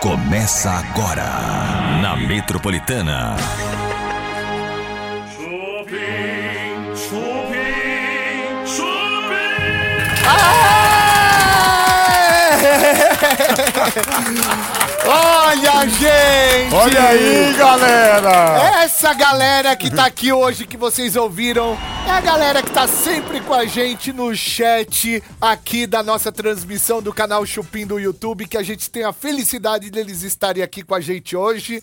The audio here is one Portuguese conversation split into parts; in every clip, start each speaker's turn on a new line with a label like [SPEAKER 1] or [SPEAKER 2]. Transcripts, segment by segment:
[SPEAKER 1] Começa agora na Metropolitana.
[SPEAKER 2] Chupim, chupim, chupim.
[SPEAKER 3] Olha, gente!
[SPEAKER 4] Olha aí, galera!
[SPEAKER 3] Essa galera que tá aqui hoje, que vocês ouviram, é a galera que tá sempre com a gente no chat aqui da nossa transmissão do canal Chupim do YouTube, que a gente tem a felicidade deles estarem aqui com a gente hoje.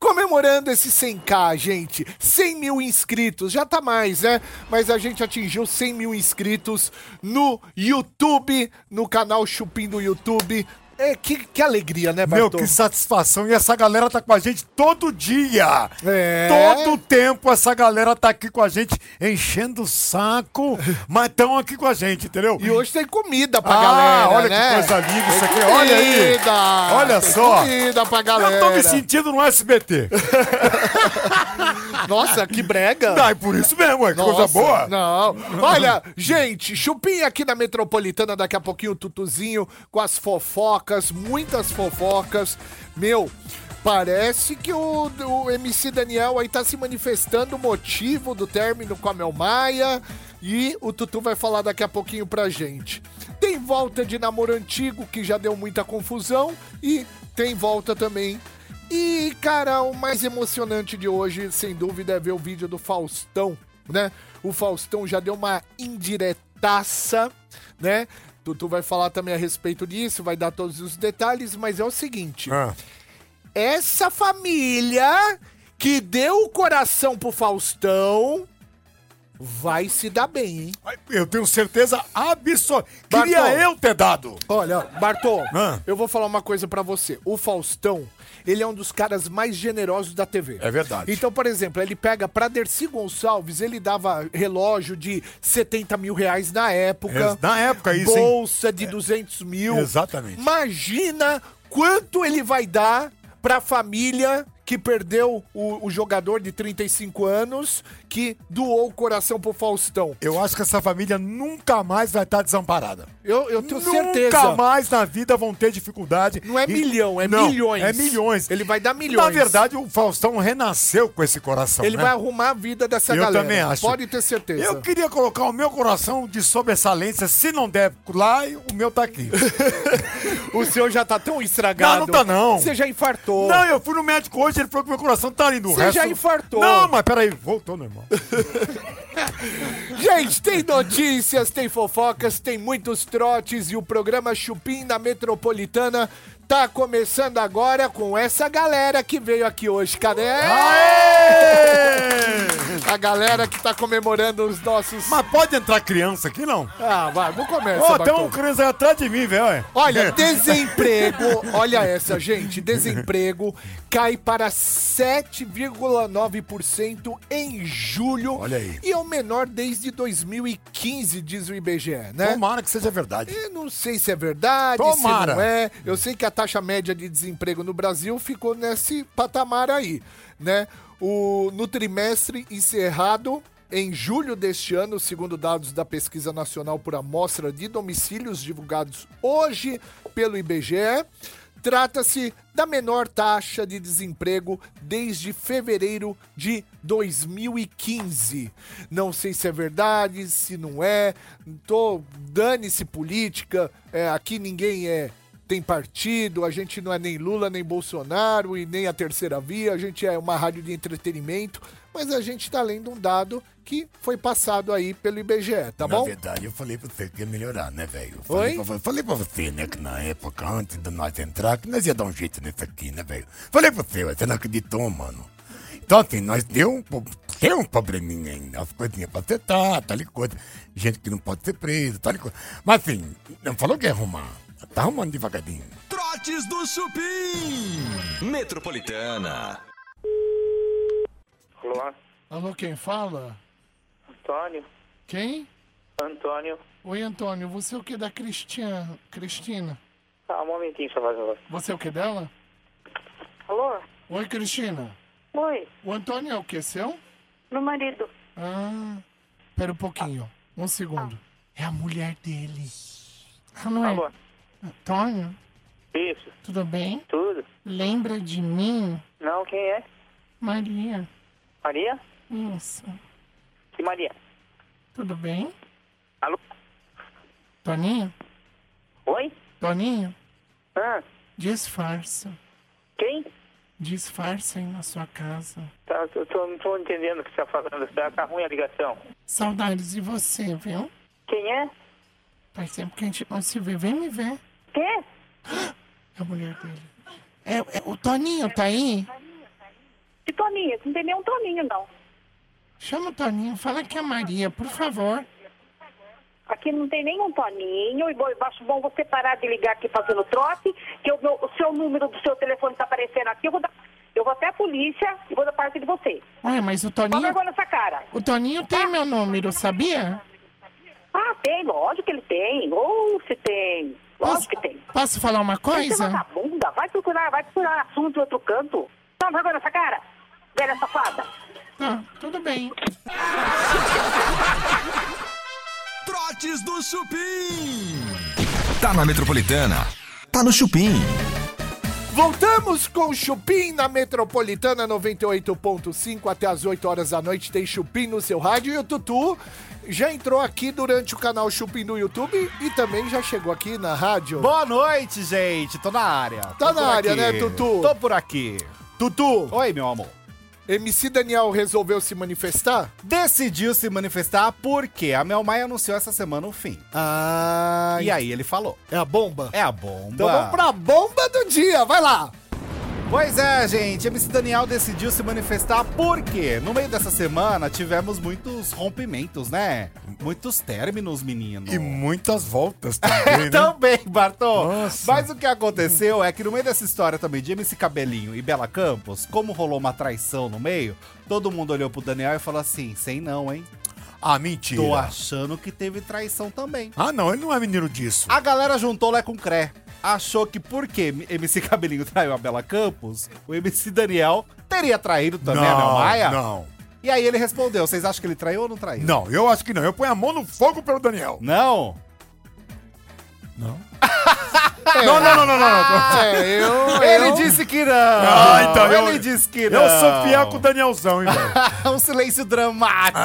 [SPEAKER 3] Comemorando esse 100k, gente. 100 mil inscritos, já tá mais, né? Mas a gente atingiu 100 mil inscritos no YouTube, no canal Chupim do YouTube. É, que, que alegria, né,
[SPEAKER 4] Meu,
[SPEAKER 3] Bartô?
[SPEAKER 4] que satisfação! E essa galera tá com a gente todo dia!
[SPEAKER 3] É.
[SPEAKER 4] Todo tempo essa galera tá aqui com a gente, enchendo o saco, mas estão aqui com a gente, entendeu?
[SPEAKER 3] E hoje tem comida pra
[SPEAKER 4] Ah,
[SPEAKER 3] galera.
[SPEAKER 4] olha que
[SPEAKER 3] né?
[SPEAKER 4] coisa linda isso
[SPEAKER 3] Tem
[SPEAKER 4] aqui, olha aí.
[SPEAKER 3] comida,
[SPEAKER 4] Olha
[SPEAKER 3] tem
[SPEAKER 4] só.
[SPEAKER 3] Comida pra galera.
[SPEAKER 4] Eu tô me sentindo no SBT.
[SPEAKER 3] Nossa, que brega.
[SPEAKER 4] Ai, por isso mesmo, é
[SPEAKER 3] Nossa,
[SPEAKER 4] coisa boa.
[SPEAKER 3] Não. Olha, gente, chupim aqui na Metropolitana, daqui a pouquinho o Tutuzinho com as fofocas, muitas fofocas. Meu, parece que o, o MC Daniel aí tá se manifestando o motivo do término com a Mel Maia. E o Tutu vai falar daqui a pouquinho pra gente. Tem volta de namoro antigo, que já deu muita confusão. E tem volta também e, cara, o mais emocionante de hoje, sem dúvida, é ver o vídeo do Faustão, né? O Faustão já deu uma indiretaça, né? Tutu vai falar também a respeito disso, vai dar todos os detalhes, mas é o seguinte:
[SPEAKER 4] Ah,
[SPEAKER 3] essa família que deu o coração pro Faustão vai se dar bem, hein?
[SPEAKER 4] Eu tenho certeza absoluta. Queria
[SPEAKER 3] Bartô.
[SPEAKER 4] eu ter dado.
[SPEAKER 3] Olha, Bartô,
[SPEAKER 4] Ah.
[SPEAKER 3] eu vou falar uma coisa pra você. O Faustão, ele é um dos caras mais generosos da TV.
[SPEAKER 4] É verdade.
[SPEAKER 3] Então, por exemplo, ele pega pra Dercy Gonçalves, ele dava relógio de 70 mil reais na época.
[SPEAKER 4] É, na época, isso, hein?
[SPEAKER 3] Bolsa de 200 mil.
[SPEAKER 4] Exatamente.
[SPEAKER 3] Imagina quanto ele vai dar pra família que perdeu o, o jogador de 35 anos que doou o coração pro Faustão.
[SPEAKER 4] Eu acho que essa família nunca mais vai estar desamparada.
[SPEAKER 3] Eu, eu tenho
[SPEAKER 4] Nunca
[SPEAKER 3] certeza.
[SPEAKER 4] mais na vida vão ter dificuldade.
[SPEAKER 3] Não é
[SPEAKER 4] E-
[SPEAKER 3] milhão, é
[SPEAKER 4] Não,
[SPEAKER 3] milhões.
[SPEAKER 4] É milhões.
[SPEAKER 3] Ele vai dar
[SPEAKER 4] Na
[SPEAKER 3] milhões.
[SPEAKER 4] verdade, o Faustão renasceu com esse coração.
[SPEAKER 3] Ele
[SPEAKER 4] né?
[SPEAKER 3] vai arrumar a vida dessa
[SPEAKER 4] Eu
[SPEAKER 3] galera.
[SPEAKER 4] também acho.
[SPEAKER 3] Pode ter certeza.
[SPEAKER 4] Eu queria colocar o meu coração de sobressalência. Se não der lá, o meu tá aqui.
[SPEAKER 3] O seu já tá tão estragado.
[SPEAKER 4] Não, não tá não.
[SPEAKER 3] Você já infartou.
[SPEAKER 4] não, eu fui no médico hoje, ele falou que meu coração tá lindo. O
[SPEAKER 3] Você já infartou.
[SPEAKER 4] Não, mas peraí, voltou, meu irmão.
[SPEAKER 3] Gente, tem notícias, tem fofocas, tem muitos trotes e o programa Chupim na Metropolitana tá começando agora com essa galera que veio aqui hoje. Cadê?
[SPEAKER 4] Aê!
[SPEAKER 3] A galera que tá comemorando os nossos...
[SPEAKER 4] mas pode entrar criança aqui, não?
[SPEAKER 3] Ah, vai, vou começar,
[SPEAKER 4] Ó, tem
[SPEAKER 3] Bartô.
[SPEAKER 4] um criança aí atrás de mim, velho.
[SPEAKER 3] Olha, desemprego, olha essa, gente. Desemprego cai para 7,9% em julho.
[SPEAKER 4] Olha aí.
[SPEAKER 3] E é o menor desde 2015, diz o IBGE, né?
[SPEAKER 4] Tomara que seja verdade.
[SPEAKER 3] Eu não sei se é verdade, se
[SPEAKER 4] Tomara.
[SPEAKER 3] não é. Eu sei que a taxa média de desemprego no Brasil ficou nesse patamar aí, né? O, no trimestre encerrado em julho deste ano, segundo dados da Pesquisa Nacional por Amostra de Domicílios divulgados hoje pelo IBGE, trata-se da menor taxa de desemprego desde fevereiro de 2015. Não sei se é verdade, se não é. Tô dane-se política. é, aqui ninguém é tem partido, a gente não é nem Lula, nem Bolsonaro e nem a terceira via, a gente é uma rádio de entretenimento, mas a gente tá lendo um dado que foi passado aí pelo IBGE, tá
[SPEAKER 5] Na
[SPEAKER 3] bom?
[SPEAKER 5] verdade, eu falei pra você que ia melhorar, né, velho? Eu
[SPEAKER 3] Oi?
[SPEAKER 5] Falei, pra vo- falei pra você, né, que na época, antes de nós entrar, que nós ia dar um jeito nisso aqui, né, velho? Falei pra você, ué, você não acreditou, mano. Então, assim, nós deu um, po- tem um probleminha ainda, as coisinhas pra acertar, tal e coisa. Gente que não pode ser presa, tal e coisa. Mas, assim, não falou que ia arrumar. Tá arrumando devagarinho.
[SPEAKER 1] Trotes do Chupim. Metropolitana.
[SPEAKER 6] Olá,
[SPEAKER 3] Alô, quem fala?
[SPEAKER 6] Antônio.
[SPEAKER 3] Quem?
[SPEAKER 6] Antônio.
[SPEAKER 3] Oi, Antônio, você é o que da Cristian... Cristina?
[SPEAKER 6] Ah, um momentinho, só faz favor.
[SPEAKER 3] Você é o que dela?
[SPEAKER 7] Alô?
[SPEAKER 3] Oi, Cristina.
[SPEAKER 7] Oi,
[SPEAKER 3] O Antônio é o que seu?
[SPEAKER 7] meu marido.
[SPEAKER 3] Ah, pera um pouquinho. Um segundo. É a mulher dele. Ah, não é?
[SPEAKER 6] Alô,
[SPEAKER 3] Antônio?
[SPEAKER 6] Isso,
[SPEAKER 8] Tudo bem?
[SPEAKER 6] tudo.
[SPEAKER 8] Lembra de mim?
[SPEAKER 6] Não, quem é?
[SPEAKER 8] Maria.
[SPEAKER 6] Maria?
[SPEAKER 8] Isso.
[SPEAKER 6] Que Maria?
[SPEAKER 8] Tudo bem?
[SPEAKER 6] Alô?
[SPEAKER 8] Toninho?
[SPEAKER 6] Oi?
[SPEAKER 8] Toninho?
[SPEAKER 6] Ah,
[SPEAKER 8] Disfarça.
[SPEAKER 6] quem?
[SPEAKER 8] Disfarça aí na sua casa.
[SPEAKER 6] Tá, eu tô, não tô entendendo o que você tá falando. Tá, tá ruim a ligação.
[SPEAKER 8] Saudades de você, viu?
[SPEAKER 6] Quem é?
[SPEAKER 8] Faz tempo que a gente não se vê. Vem me ver.
[SPEAKER 6] Quê?
[SPEAKER 8] É a mulher dele. É, é, o Toninho tá aí?
[SPEAKER 7] Que Toninho? Não tem nenhum Toninho, não.
[SPEAKER 8] Chama o Toninho. Fala que é a Maria, por favor.
[SPEAKER 7] Aqui não tem nenhum Toninho. E bom, eu acho bom você parar de ligar aqui fazendo trote, que o, meu- o seu número do seu telefone tá aparecendo aqui. Eu vou, dar, eu vou até a polícia e vou dar parte de você.
[SPEAKER 8] Ué, mas o
[SPEAKER 7] Olha
[SPEAKER 8] Toninho...
[SPEAKER 7] vergonha nessa cara.
[SPEAKER 8] O Toninho tem meu número, sabia?
[SPEAKER 7] Ah, tem, lógico que ele tem. Ou se tem. Lógico que tem.
[SPEAKER 8] posso falar uma
[SPEAKER 7] Você é
[SPEAKER 8] coisa?
[SPEAKER 7] vagabunda, vai procurar, vai procurar assunto em outro canto. Toma vergonha nessa cara, velha safada.
[SPEAKER 8] Tá, tudo bem.
[SPEAKER 1] Trotes do Chupim. Tá na Metropolitana. Tá no Chupim.
[SPEAKER 3] Voltamos com o Chupim na Metropolitana 98.5 até as 8 horas da noite. Tem Chupim no seu rádio e o Tutu já entrou aqui durante o canal Chupim no YouTube e também já chegou aqui na rádio.
[SPEAKER 9] Boa noite, gente. Tô na área.
[SPEAKER 3] Tá
[SPEAKER 9] Tô
[SPEAKER 3] na
[SPEAKER 9] por
[SPEAKER 3] área,
[SPEAKER 9] aqui.
[SPEAKER 3] né, Tutu?
[SPEAKER 9] Tô por aqui.
[SPEAKER 3] Tutu,
[SPEAKER 9] Oi, meu amor.
[SPEAKER 3] MC Daniel resolveu se manifestar?
[SPEAKER 9] Decidiu se manifestar porque a Mel Maia anunciou essa semana o fim.
[SPEAKER 3] Ah,
[SPEAKER 9] E aí ele falou.
[SPEAKER 3] é a bomba.
[SPEAKER 9] É a bomba.
[SPEAKER 3] Então vamos pra bomba do dia, vai lá.
[SPEAKER 9] Pois é, gente, MC Daniel decidiu se manifestar porque no meio dessa semana tivemos muitos rompimentos, né? Muitos términos, menino.
[SPEAKER 5] E muitas voltas também, né?
[SPEAKER 9] Também, Bartô.
[SPEAKER 5] Nossa.
[SPEAKER 9] Mas o que aconteceu é que no meio dessa história também de MC Cabelinho e Bela Campos, como rolou uma traição no meio, todo mundo olhou pro Daniel e falou assim: sem não, hein?
[SPEAKER 5] Ah, mentira.
[SPEAKER 9] Tô achando que teve traição também.
[SPEAKER 5] Ah, não, ele não é menino disso.
[SPEAKER 9] A galera juntou Lé com Cré. Achou que porque MC Cabelinho traiu a Bela Campos, o MC Daniel teria traído também a Mel Maia.
[SPEAKER 5] é não.
[SPEAKER 9] E aí ele respondeu: vocês acham que ele traiu ou não traiu?
[SPEAKER 5] Não, eu acho que não. Eu ponho a mão no fogo pelo Daniel.
[SPEAKER 9] Não?
[SPEAKER 5] Não, não, não, não, não. não.
[SPEAKER 3] É, eu.
[SPEAKER 9] Ah, Ele
[SPEAKER 3] eu-
[SPEAKER 9] disse que não!
[SPEAKER 5] Ah, então
[SPEAKER 9] ele
[SPEAKER 5] eu-
[SPEAKER 9] disse que não!
[SPEAKER 5] Eu sou fiel com o Danielzão, então. hein, velho?
[SPEAKER 9] um silêncio
[SPEAKER 5] Ah.
[SPEAKER 9] dramático.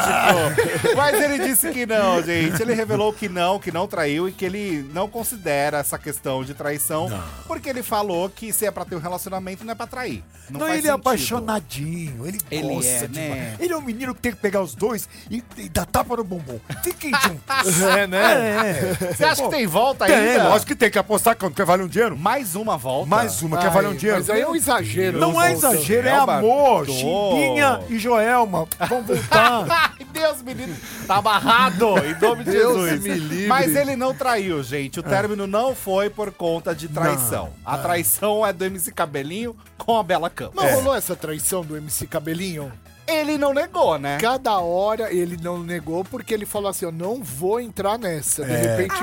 [SPEAKER 9] Mas ele disse que não, gente. Ele revelou que não, que não traiu e que ele não considera essa questão de traição, porque ele falou que se é pra ter um relacionamento não é pra trair. Não,
[SPEAKER 5] Não,
[SPEAKER 9] faz
[SPEAKER 5] ele é
[SPEAKER 9] sentido.
[SPEAKER 5] apaixonadinho, ele,
[SPEAKER 9] Ele
[SPEAKER 5] gosta
[SPEAKER 9] é,
[SPEAKER 5] demais.
[SPEAKER 9] né?
[SPEAKER 5] Ele é um menino que tem que pegar os dois e, e dar tapa no bumbum. Fiquem juntos.
[SPEAKER 3] É, né?
[SPEAKER 9] Você acha que tem
[SPEAKER 3] tá
[SPEAKER 9] volta ainda?
[SPEAKER 5] tem, é lógico que tem que apostar quanto quer valer um dinheiro.
[SPEAKER 9] Mais uma volta.
[SPEAKER 5] Mais uma, quer
[SPEAKER 3] Ai,
[SPEAKER 5] valer um dinheiro.
[SPEAKER 3] Mas aí é um exagero. um
[SPEAKER 5] Não é exagero, é amor.
[SPEAKER 9] Bartô.
[SPEAKER 5] Chimbinha e Joelma vão voltar.
[SPEAKER 9] Ai, Deus, menino, tá amarrado, em nome de
[SPEAKER 3] Deus
[SPEAKER 9] Jesus.
[SPEAKER 3] me livre. Ah.
[SPEAKER 9] Mas ele não traiu, gente. O término não foi por conta de traição. a traição é do MC Cabelinho com a Bela Campos.
[SPEAKER 3] Não rolou essa traição do MC Cabelinho?
[SPEAKER 9] Ele não negou, né?
[SPEAKER 3] Cada hora ele não negou porque ele falou assim: eu não vou entrar nessa. De repente.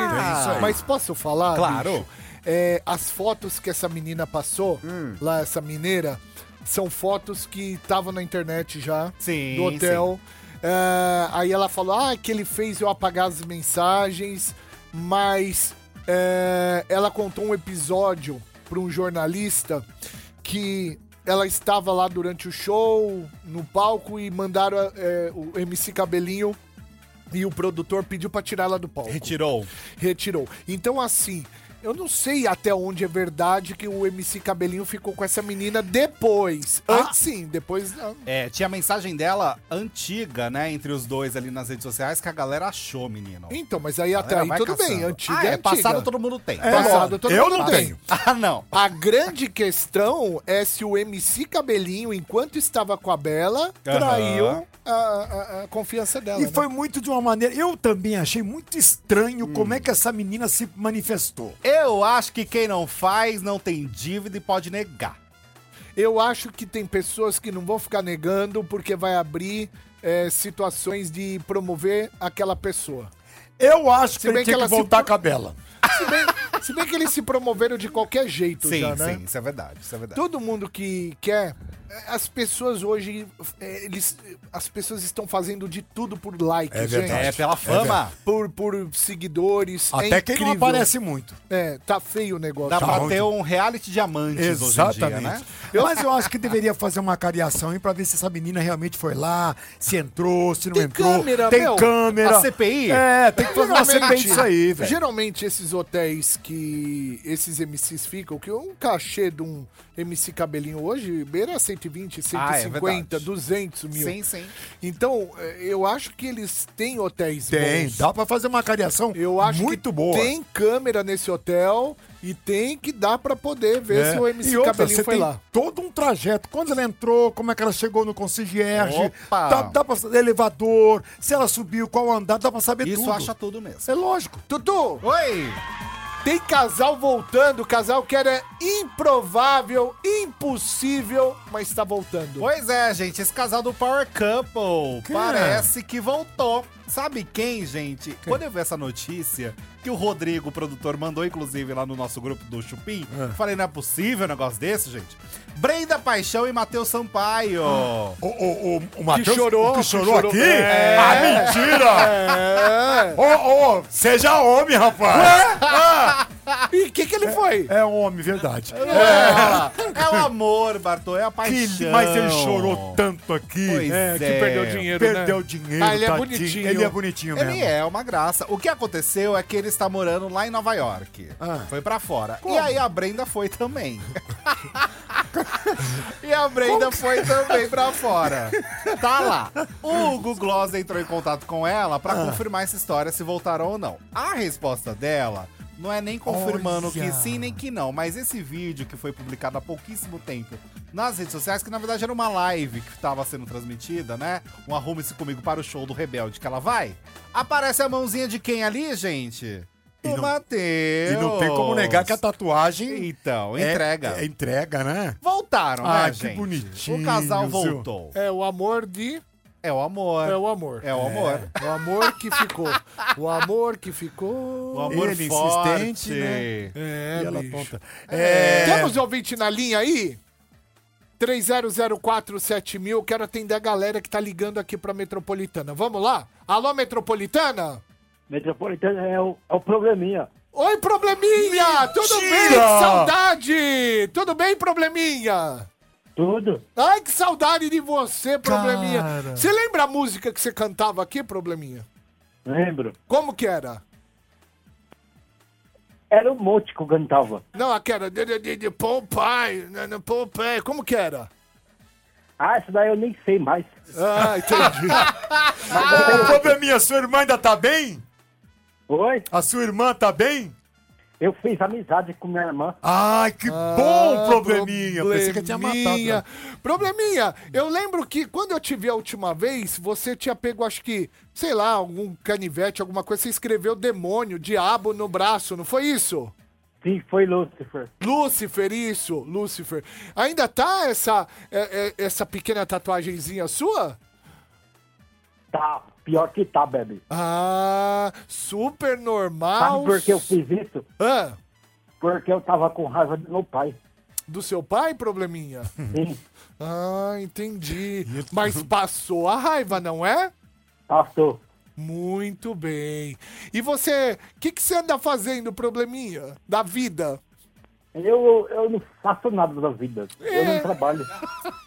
[SPEAKER 3] Mas posso falar?
[SPEAKER 9] Claro.
[SPEAKER 3] bicho? É, as fotos que essa menina passou, lá, essa mineira, são fotos que estavam na internet já.
[SPEAKER 9] Sim,
[SPEAKER 3] Do hotel. É, aí ela falou: ah, que ele fez eu apagar as mensagens, mas é, ela contou um episódio para um jornalista que ela estava lá durante o show, no palco, e mandaram é, o MC Cabelinho e o produtor pediu para tirar ela do palco.
[SPEAKER 9] Retirou.
[SPEAKER 3] Retirou. Então, assim. Eu não sei até onde é verdade que o MC Cabelinho ficou com essa menina depois. Antes sim, depois. ah,
[SPEAKER 9] É, tinha a mensagem dela antiga, né, entre os dois ali nas redes sociais, que a galera achou, menino.
[SPEAKER 3] Então, mas aí até
[SPEAKER 9] Galera,
[SPEAKER 3] aí
[SPEAKER 9] vai
[SPEAKER 3] tudo bem.
[SPEAKER 9] caçando.
[SPEAKER 3] Antiga
[SPEAKER 9] ah,
[SPEAKER 3] é,
[SPEAKER 9] é,
[SPEAKER 3] antiga.
[SPEAKER 9] passado todo mundo tem.
[SPEAKER 3] É, passado todo
[SPEAKER 5] eu
[SPEAKER 3] mundo
[SPEAKER 5] não
[SPEAKER 3] tem.
[SPEAKER 5] tenho.
[SPEAKER 9] Ah, não.
[SPEAKER 3] A grande questão é se o MC Cabelinho, enquanto estava com a Bela, traiu a, a- a confiança dela.
[SPEAKER 5] E
[SPEAKER 3] né?
[SPEAKER 5] foi muito de uma maneira. Eu também achei muito estranho
[SPEAKER 3] Hum.
[SPEAKER 5] como é que essa menina se manifestou.
[SPEAKER 9] Eu acho que quem não faz não tem dívida e pode negar.
[SPEAKER 3] Eu acho que tem pessoas que não vão ficar negando porque vai abrir é, situações de promover aquela pessoa.
[SPEAKER 5] Eu acho que
[SPEAKER 3] bem
[SPEAKER 5] ele
[SPEAKER 3] que
[SPEAKER 5] tinha que,
[SPEAKER 3] ela se
[SPEAKER 5] voltar
[SPEAKER 3] pro-
[SPEAKER 5] com a Bela.
[SPEAKER 3] Se bem, se bem que eles se promoveram de qualquer jeito
[SPEAKER 9] Sim,
[SPEAKER 3] já, né?
[SPEAKER 5] Tá.
[SPEAKER 9] sim, isso é verdade, isso é verdade.
[SPEAKER 3] Todo mundo que quer eh, as pessoas hoje, eh, eles, as pessoas estão fazendo de tudo por like,
[SPEAKER 10] É
[SPEAKER 3] gente.
[SPEAKER 10] verdade.
[SPEAKER 9] É, pela fama.
[SPEAKER 3] Por, por seguidores.
[SPEAKER 5] Até
[SPEAKER 3] é
[SPEAKER 5] quem
[SPEAKER 3] incrível.
[SPEAKER 5] não aparece muito.
[SPEAKER 3] É, tá feio o negócio.
[SPEAKER 9] Dá
[SPEAKER 10] Tá
[SPEAKER 9] pra
[SPEAKER 10] onde?
[SPEAKER 9] ter um reality diamantes hoje em dia, né?
[SPEAKER 5] Mas eu acho que deveria fazer uma cariação aí pra ver se essa menina realmente foi lá, se entrou, se não
[SPEAKER 3] Tem
[SPEAKER 5] entrou.
[SPEAKER 3] câmera,
[SPEAKER 5] tem
[SPEAKER 3] meu.
[SPEAKER 5] câmera.
[SPEAKER 9] A CPI?
[SPEAKER 5] É, tem que fazer uma CPI disso aí, velho.
[SPEAKER 3] Geralmente esses hotéis que esses MCs ficam, que um cachê de um MC cabelinho hoje beira 120,
[SPEAKER 9] Ah, é
[SPEAKER 3] 150,
[SPEAKER 9] verdade.
[SPEAKER 3] 200 mil.
[SPEAKER 9] Sim, sim.
[SPEAKER 3] Então, eh, eu acho que eles têm hotéis
[SPEAKER 5] Tem,
[SPEAKER 3] bons.
[SPEAKER 5] dá pra fazer uma cariação
[SPEAKER 3] Eu acho
[SPEAKER 5] muito
[SPEAKER 3] que
[SPEAKER 5] boa.
[SPEAKER 3] tem câmera nesse hotel e tem que dar pra poder ver
[SPEAKER 5] É.
[SPEAKER 3] se o MC
[SPEAKER 5] E outra,
[SPEAKER 3] Cabelinho
[SPEAKER 5] você
[SPEAKER 3] foi
[SPEAKER 5] tem
[SPEAKER 3] lá.
[SPEAKER 5] Todo um trajeto. Quando ela entrou, como é que ela chegou no concierge?
[SPEAKER 9] Opa!
[SPEAKER 5] Dá, dá pra elevador, se ela subiu, qual andar, dá pra saber
[SPEAKER 9] Isso
[SPEAKER 5] tudo.
[SPEAKER 9] acha tudo mesmo.
[SPEAKER 5] É lógico.
[SPEAKER 3] Tutu,
[SPEAKER 9] Oi!
[SPEAKER 3] tem casal voltando, casal que era improvável, impossível, mas tá voltando.
[SPEAKER 9] Pois é, gente, esse casal do Power Couple
[SPEAKER 5] Que? é?
[SPEAKER 9] parece que voltou. Sabe quem, gente? Quando eu vi essa notícia, que o Rodrigo, o produtor, mandou inclusive lá no nosso grupo do Chupim, falei, não é possível um negócio desse, gente. Brenda Paixão e Matheus Sampaio.
[SPEAKER 5] O, o, o, o Matheus,
[SPEAKER 3] chorou,
[SPEAKER 5] o
[SPEAKER 3] que
[SPEAKER 5] que chorou,
[SPEAKER 3] chorou.
[SPEAKER 5] aqui?
[SPEAKER 3] É.
[SPEAKER 5] Ah, mentira! Ô, ô, seja homem, rapaz!
[SPEAKER 3] E o que que ele foi?
[SPEAKER 5] É homem, verdade.
[SPEAKER 9] É o amor, Bartô, é a
[SPEAKER 5] Ah. Que-
[SPEAKER 9] paixão.
[SPEAKER 5] mas ele chorou tanto aqui.
[SPEAKER 9] Pois é,
[SPEAKER 5] Perdeu dinheiro,
[SPEAKER 3] Ah, ele é
[SPEAKER 5] tadinho.
[SPEAKER 3] bonitinho.
[SPEAKER 5] Ele é bonitinho mesmo.
[SPEAKER 9] Ele é uma graça. O que aconteceu é que ele está morando lá em Nova York.
[SPEAKER 5] Ah.
[SPEAKER 9] Foi pra fora. E aí a Brenda foi também. e a Brenda foi também pra fora. Tá lá. O Hugo Gloss entrou em contato com ela pra
[SPEAKER 5] Ah.
[SPEAKER 9] confirmar essa história, se voltaram ou não. A resposta dela não é nem confirmando
[SPEAKER 5] Olha.
[SPEAKER 9] que sim nem que não, mas esse vídeo que foi publicado há pouquíssimo tempo nas redes sociais, que na verdade era uma live que estava sendo transmitida, né? Um arrume-se comigo para o show do Rebelde que ela vai. Aparece a mãozinha de quem ali, gente? Do
[SPEAKER 5] não-
[SPEAKER 9] Matheus.
[SPEAKER 5] E não tem como negar que a tatuagem
[SPEAKER 9] Então,
[SPEAKER 5] é-
[SPEAKER 9] entrega.
[SPEAKER 5] É, entrega, né?
[SPEAKER 9] Voltaram,
[SPEAKER 5] Ah,
[SPEAKER 9] né,
[SPEAKER 5] que
[SPEAKER 9] gente?
[SPEAKER 5] bonitinho,
[SPEAKER 9] O casal
[SPEAKER 5] seu.
[SPEAKER 9] voltou.
[SPEAKER 3] É o amor de...
[SPEAKER 9] É o amor.
[SPEAKER 3] É o amor.
[SPEAKER 9] É o amor.
[SPEAKER 3] O amor que ficou. O amor que ficou.
[SPEAKER 9] O amor
[SPEAKER 5] Ele
[SPEAKER 9] forte.
[SPEAKER 5] insistente,
[SPEAKER 3] É,
[SPEAKER 5] e ela
[SPEAKER 3] bicho.
[SPEAKER 5] tonta. É,
[SPEAKER 3] Temos um ouvinte na linha aí? 30047000, quero atender a galera que tá ligando aqui pra Metropolitana. Vamos lá? Alô, Metropolitana?
[SPEAKER 11] Metropolitana é o, é o probleminha.
[SPEAKER 3] Oi, Probleminha! Tudo bem? Que saudade! Tudo bem, Probleminha?
[SPEAKER 11] Tudo.
[SPEAKER 3] Ai, que saudade de você, Probleminha.
[SPEAKER 5] Cara.
[SPEAKER 3] Você lembra a música que você cantava aqui, Probleminha?
[SPEAKER 11] Lembro.
[SPEAKER 3] Como que era?
[SPEAKER 11] Era um monte que eu cantava.
[SPEAKER 3] Não, aqui era de, de, de, de Pompai, né, né, Pompeia. Como que era?
[SPEAKER 11] Ah, isso daí eu nem sei mais.
[SPEAKER 3] Ah, entendi.
[SPEAKER 5] o probleminha, sua irmã ainda tá bem?
[SPEAKER 11] Oi?
[SPEAKER 5] A sua irmã tá bem?
[SPEAKER 11] Eu fiz amizade com minha irmã.
[SPEAKER 5] Ai, que bom probleminha. Pensei que eu tinha matado.
[SPEAKER 3] Ah, Probleminha.
[SPEAKER 5] né?
[SPEAKER 3] Probleminha, eu lembro que quando eu te vi a última vez, você tinha pego, acho que, sei lá, algum canivete, alguma coisa, você escreveu demônio, diabo no braço, não foi isso?
[SPEAKER 11] Sim, foi Lúcifer.
[SPEAKER 3] Lúcifer, isso, Lúcifer. Ainda tá essa, é, é, essa pequena tatuagemzinha sua?
[SPEAKER 11] Tá, pior que tá, bebê.
[SPEAKER 3] Ah, super normal.
[SPEAKER 11] Sabe por que eu fiz isso?
[SPEAKER 3] Ah,
[SPEAKER 11] Porque eu tava com raiva do meu pai.
[SPEAKER 3] do seu pai, probleminha?
[SPEAKER 11] Sim,
[SPEAKER 3] ah, entendi. Mas passou a raiva, não é?
[SPEAKER 11] passou.
[SPEAKER 3] Muito bem. E você, o que, que você anda fazendo, probleminha? Da vida?
[SPEAKER 11] Eu, eu não faço nada da vida. Eu não trabalho.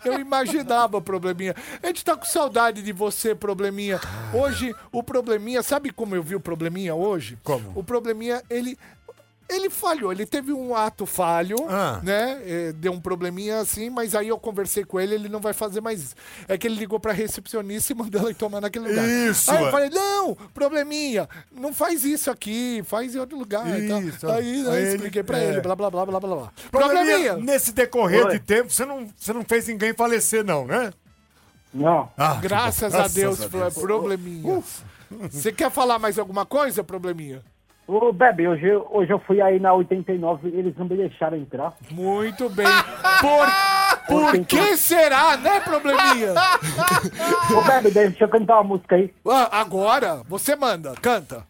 [SPEAKER 3] Eu imaginava, probleminha. A gente tá com saudade de você, probleminha. Hoje, o probleminha, sabe como eu vi o probleminha hoje?
[SPEAKER 5] Como?
[SPEAKER 3] O probleminha, ele. Ele falhou, ele teve um ato falho,
[SPEAKER 5] Ah.
[SPEAKER 3] né? É, Deu um probleminha assim, mas aí eu conversei com ele, ele não vai fazer mais isso. É que ele ligou pra recepcionista e mandou ela ir tomar naquele lugar.
[SPEAKER 5] Isso,
[SPEAKER 3] Aí eu
[SPEAKER 5] é.
[SPEAKER 3] falei, não, probleminha, não faz isso aqui, faz em outro lugar. e tal.
[SPEAKER 5] Isso.
[SPEAKER 3] Aí, aí
[SPEAKER 5] Aí
[SPEAKER 3] eu
[SPEAKER 5] ele-
[SPEAKER 3] expliquei pra
[SPEAKER 5] é.
[SPEAKER 3] ele, blá, blá, blá, blá, blá, blá.
[SPEAKER 5] Probleminha,
[SPEAKER 3] probleminha.
[SPEAKER 5] nesse decorrer
[SPEAKER 11] Oi.
[SPEAKER 5] de tempo, você não, você não fez ninguém falecer, não, né?
[SPEAKER 11] Não.
[SPEAKER 5] Ah, que
[SPEAKER 3] Graças,
[SPEAKER 5] bom.
[SPEAKER 3] a Deus, probleminha. Você quer falar mais alguma coisa, probleminha?
[SPEAKER 11] Ô, bebê, hoje, eu- hoje eu fui aí na 89 eles não me deixaram entrar.
[SPEAKER 3] Muito bem. Por, por que será, né, probleminha?
[SPEAKER 11] Ô, bebê, deixa eu cantar uma música aí.
[SPEAKER 3] Ah, agora, você manda, canta.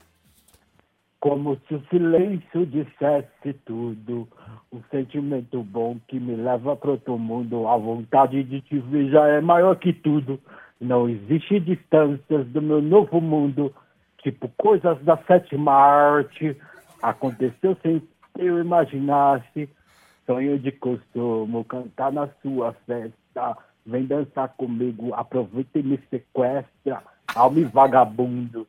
[SPEAKER 11] Como se o silêncio dissesse tudo. Um sentimento bom que me leva para outro mundo. A vontade de te ver já é maior que tudo. Não existe distâncias do meu novo mundo. Tipo coisas da sétima arte. Aconteceu sem que eu imaginasse. Sonho de costumo, cantar na sua festa. Vem dançar comigo, aproveita e me sequestra. Alma e vagabundo.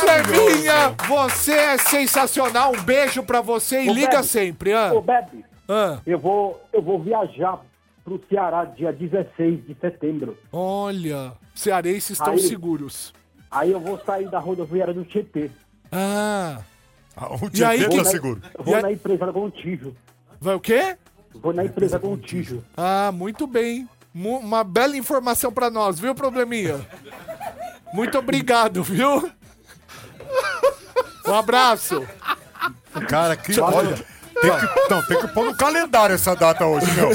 [SPEAKER 3] Klevinha, você é sensacional. Um beijo pra você e
[SPEAKER 11] Ô,
[SPEAKER 3] liga
[SPEAKER 11] Bebe.
[SPEAKER 3] sempre, ah.
[SPEAKER 11] Ô, Bebe,
[SPEAKER 3] Ah.
[SPEAKER 11] eu, vou, eu vou viajar pro Ceará dia 16 de setembro.
[SPEAKER 3] Olha, cearenses estão
[SPEAKER 11] Aí.
[SPEAKER 3] seguros.
[SPEAKER 11] Aí eu vou sair da rodoviária do Tietê.
[SPEAKER 3] Ah.
[SPEAKER 4] O
[SPEAKER 3] E aí,
[SPEAKER 4] Tietê
[SPEAKER 3] que-
[SPEAKER 4] tá seguro.
[SPEAKER 11] Eu vou
[SPEAKER 3] E a-
[SPEAKER 11] na empresa Gontijo.
[SPEAKER 3] Vai o quê?
[SPEAKER 11] Vou na empresa Gontijo.
[SPEAKER 3] Ah, muito bem. Mu- uma bela informação pra nós, viu, Probleminha? Muito obrigado, viu? Um abraço.
[SPEAKER 4] Cara, que olha. Tem que, não, tem que pôr no calendário essa data hoje, meu.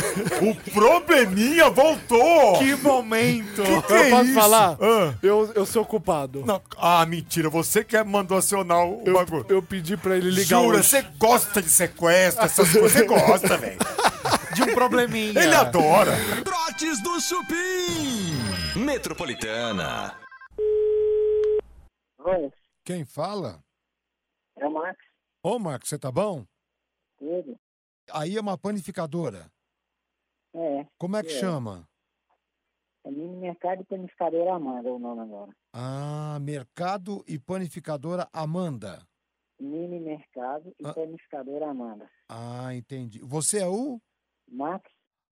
[SPEAKER 4] O probleminha voltou!
[SPEAKER 9] Que momento!
[SPEAKER 3] eu posso
[SPEAKER 4] é isso?
[SPEAKER 3] falar?
[SPEAKER 4] Ah.
[SPEAKER 3] Eu, eu sou culpado.
[SPEAKER 4] Não, ah, mentira, você que mandou acionar o
[SPEAKER 3] Eu,
[SPEAKER 4] bagulho.
[SPEAKER 3] eu pedi pra ele ligar
[SPEAKER 4] Jura,
[SPEAKER 3] hoje.
[SPEAKER 4] você gosta de sequestro, essas coisas. Você gosta, velho.
[SPEAKER 9] De um probleminha.
[SPEAKER 4] Ele adora.
[SPEAKER 1] Trotes do Chupim. Metropolitana.
[SPEAKER 11] Oi,
[SPEAKER 4] Quem fala?
[SPEAKER 11] é o Max.
[SPEAKER 4] Ô, Marcos, você tá bom?
[SPEAKER 11] Ele?
[SPEAKER 4] Aí é uma panificadora.
[SPEAKER 11] É,
[SPEAKER 4] Como é que
[SPEAKER 11] É.
[SPEAKER 4] chama?
[SPEAKER 11] é mini mercado e panificadora Amanda é o nome agora.
[SPEAKER 4] Ah, Mercado e Panificadora Amanda.
[SPEAKER 11] Mini mercado e
[SPEAKER 4] Ah.
[SPEAKER 11] panificadora Amanda.
[SPEAKER 4] Ah, entendi. Você é o?
[SPEAKER 11] Max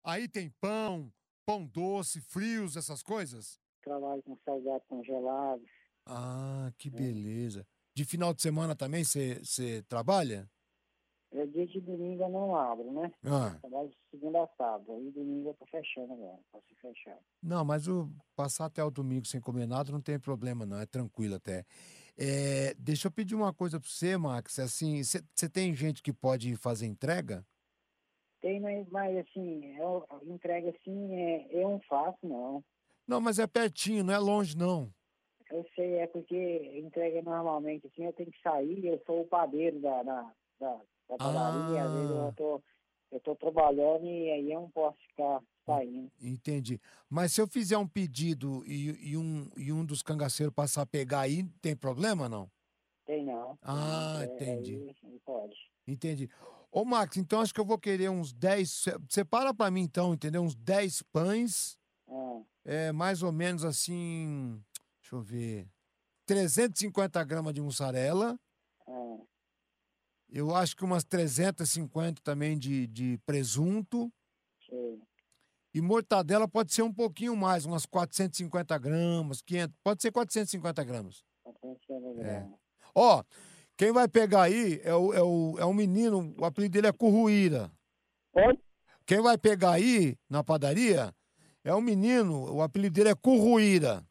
[SPEAKER 4] Aí tem pão, pão doce, frios, essas coisas?
[SPEAKER 11] trabalha com salgado congelado.
[SPEAKER 4] Ah, que beleza. De final de semana também você trabalha?
[SPEAKER 11] Eu É dia de domingo eu não abro, né?
[SPEAKER 4] Ah,
[SPEAKER 11] Trabalho de segunda a sábado. Aí domingo eu tô fechando agora. Posso fechar.
[SPEAKER 4] não, mas o passar até o domingo sem comer nada não tem problema não, é tranquilo até. É, deixa eu pedir uma coisa pra você, Max, assim, você tem gente que pode fazer entrega?
[SPEAKER 11] Tem, mas, mas assim, eu entrega assim, é, eu não faço, não.
[SPEAKER 4] Não, mas é pertinho, não é longe não.
[SPEAKER 11] Eu sei, é porque entrega normalmente, assim, eu tenho que sair, eu sou o padeiro da, da, da, da padaria, às vezes
[SPEAKER 4] Ah.
[SPEAKER 11] eu tô, eu tô trabalhando e aí eu não posso ficar saindo.
[SPEAKER 4] Entendi. Mas se eu fizer um pedido e, e um, e um dos cangaceiros passar a pegar aí, tem problema não?
[SPEAKER 11] Tem não.
[SPEAKER 4] Ah,
[SPEAKER 11] É,
[SPEAKER 4] entendi.
[SPEAKER 11] Aí, não pode.
[SPEAKER 4] Entendi. Ô, Max, então acho que eu vou querer uns 10. se- Separa pra mim, então, entendeu? Uns 10 pães.
[SPEAKER 11] Ah,
[SPEAKER 4] É mais ou menos assim. Deixa eu ver. 350 gramas de mussarela.
[SPEAKER 11] ah,
[SPEAKER 4] Eu acho que umas 350 também de, de presunto.
[SPEAKER 11] sei.
[SPEAKER 4] E mortadela pode ser um pouquinho mais, umas 450 gramas, 500. Pode ser 450 gramas. É.
[SPEAKER 11] Tá pensando grande.
[SPEAKER 4] Ó, quem vai pegar aí é, o, é, o, é um menino, o apelido dele é Curruíra.
[SPEAKER 11] Oi?
[SPEAKER 4] Quem vai pegar aí na padaria é um menino, o apelido dele é Curruíra.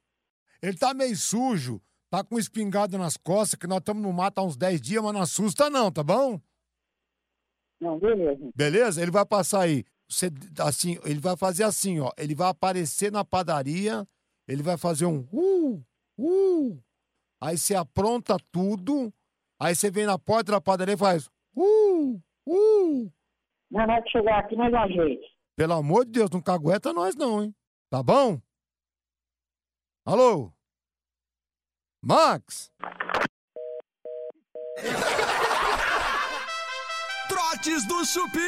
[SPEAKER 4] Ele tá meio sujo, tá com espingarda nas costas, que nós estamos no mato há uns 10 dias, mas não assusta não, tá bom?
[SPEAKER 11] Não, beleza.
[SPEAKER 4] Beleza? Ele vai passar aí. Você, assim, ele vai fazer assim, ó. Ele vai aparecer na padaria, ele vai fazer um uh, uh. Aí você apronta tudo, aí você vem na porta da padaria e faz uh, uh.
[SPEAKER 11] Na hora de chegar aqui, nós dá jeito.
[SPEAKER 4] Pelo amor de Deus, não cagueta nós não, hein? Tá bom? Alô? Max?
[SPEAKER 1] Trotes do Chupim.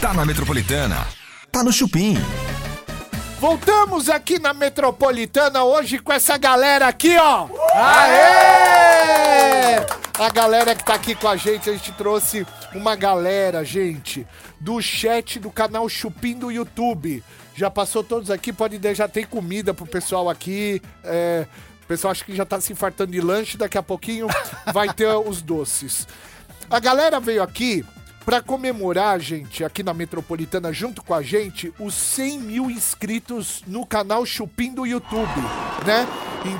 [SPEAKER 1] Tá na Metropolitana. Tá no Chupim.
[SPEAKER 3] Voltamos aqui na Metropolitana hoje com essa galera aqui, ó. Aê! A galera que tá aqui com a gente, a gente trouxe uma galera, gente, do chat do canal Chupim do YouTube. Já passou todos aqui, pode der, já tem comida pro pessoal aqui. é, o pessoal acho que já tá se infartando de lanche, daqui a pouquinho vai ter os doces. A galera veio aqui pra comemorar, gente, aqui na Metropolitana, junto com a gente, os 100 mil inscritos no canal Chupim do YouTube, né?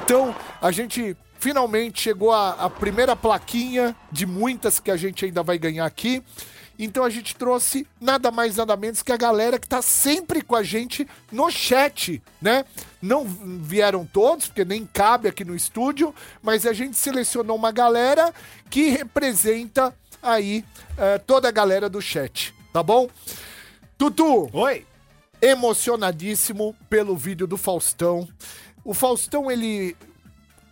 [SPEAKER 3] Então, a gente finalmente chegou à à primeira plaquinha de muitas que a gente ainda vai ganhar aqui. Então a gente trouxe nada mais, nada menos que a galera que tá sempre com a gente no chat, né? Não vieram todos, porque nem cabe aqui no estúdio, mas a gente selecionou uma galera que representa aí eh, toda a galera do chat, tá bom? Tutu.
[SPEAKER 9] Oi.
[SPEAKER 3] Emocionadíssimo pelo vídeo do Faustão. O Faustão, ele.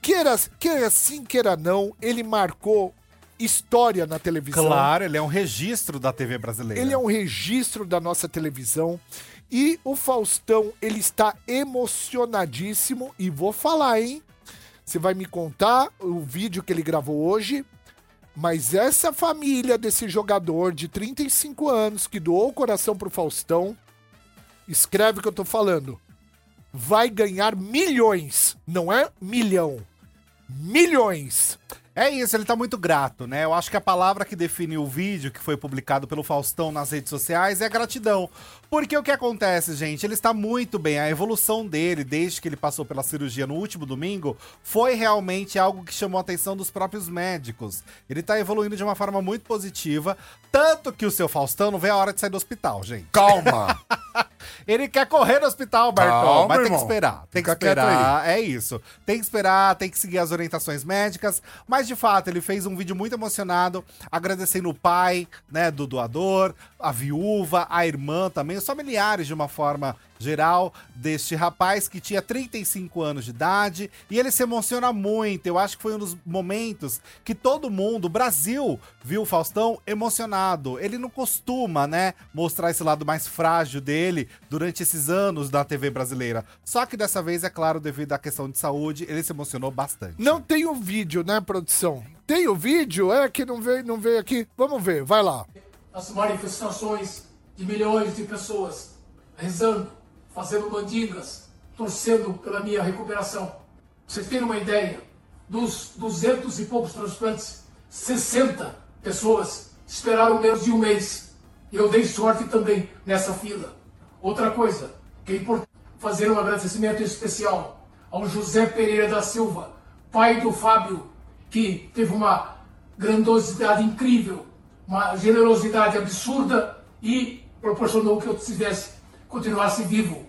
[SPEAKER 3] Queira, queira sim, queira não, ele marcou história na televisão.
[SPEAKER 9] Claro, ele é um registro da TV brasileira.
[SPEAKER 3] Ele é um registro da nossa televisão. E o Faustão, ele está emocionadíssimo. E vou falar, hein? Você vai me contar o vídeo que ele gravou hoje. Mas essa família desse jogador de 35 anos que doou o coração pro Faustão, escreve o que eu tô falando. Vai ganhar milhões, não é milhão. Milhões.
[SPEAKER 9] É isso, ele tá muito grato, né? Eu acho que a palavra que define o vídeo que foi publicado pelo Faustão nas redes sociais é gratidão. Porque o que acontece, gente? Ele está muito bem. A evolução dele, desde que ele passou pela cirurgia no último domingo, foi realmente algo que chamou a atenção dos próprios médicos. Ele tá evoluindo de uma forma muito positiva. Tanto que o seu Faustão não vê a hora de sair do hospital, gente.
[SPEAKER 5] Calma.
[SPEAKER 9] Ele quer correr no hospital, Bartol,
[SPEAKER 5] Calma,
[SPEAKER 9] mas tem que
[SPEAKER 5] irmão.
[SPEAKER 9] esperar. Tem que
[SPEAKER 5] Fica quieto né?
[SPEAKER 9] esperar, é isso. Tem que esperar, tem que seguir as orientações médicas. Mas, de fato, ele fez um vídeo muito emocionado, agradecendo o pai, né, do doador, a viúva, a irmã também, os familiares de uma forma geral deste rapaz que tinha 35 anos de idade e ele se emociona muito. Eu acho que foi um dos momentos que todo mundo, o Brasil, viu o Faustão emocionado. Ele não costuma, né, mostrar esse lado mais frágil dele durante esses anos da TV brasileira. Só que dessa vez, é claro, devido à questão de saúde, ele se emocionou bastante.
[SPEAKER 3] Não tem o vídeo, né, produção? Tem o vídeo? É que não veio, não veio aqui. Vamos ver, vai lá.
[SPEAKER 12] as manifestações de milhões de pessoas rezando, fazendo mandingas, torcendo pela minha recuperação. Pra vocês terem uma ideia, dos 200 e poucos transplantes, 60 pessoas esperaram menos de um mês. E eu dei sorte também nessa fila. Outra coisa que é importante fazer um agradecimento especial ao José Pereira da Silva, pai do Fábio, que teve uma grandiosidade incrível, uma generosidade absurda e proporcionou que eu tivesse, continuasse vivo.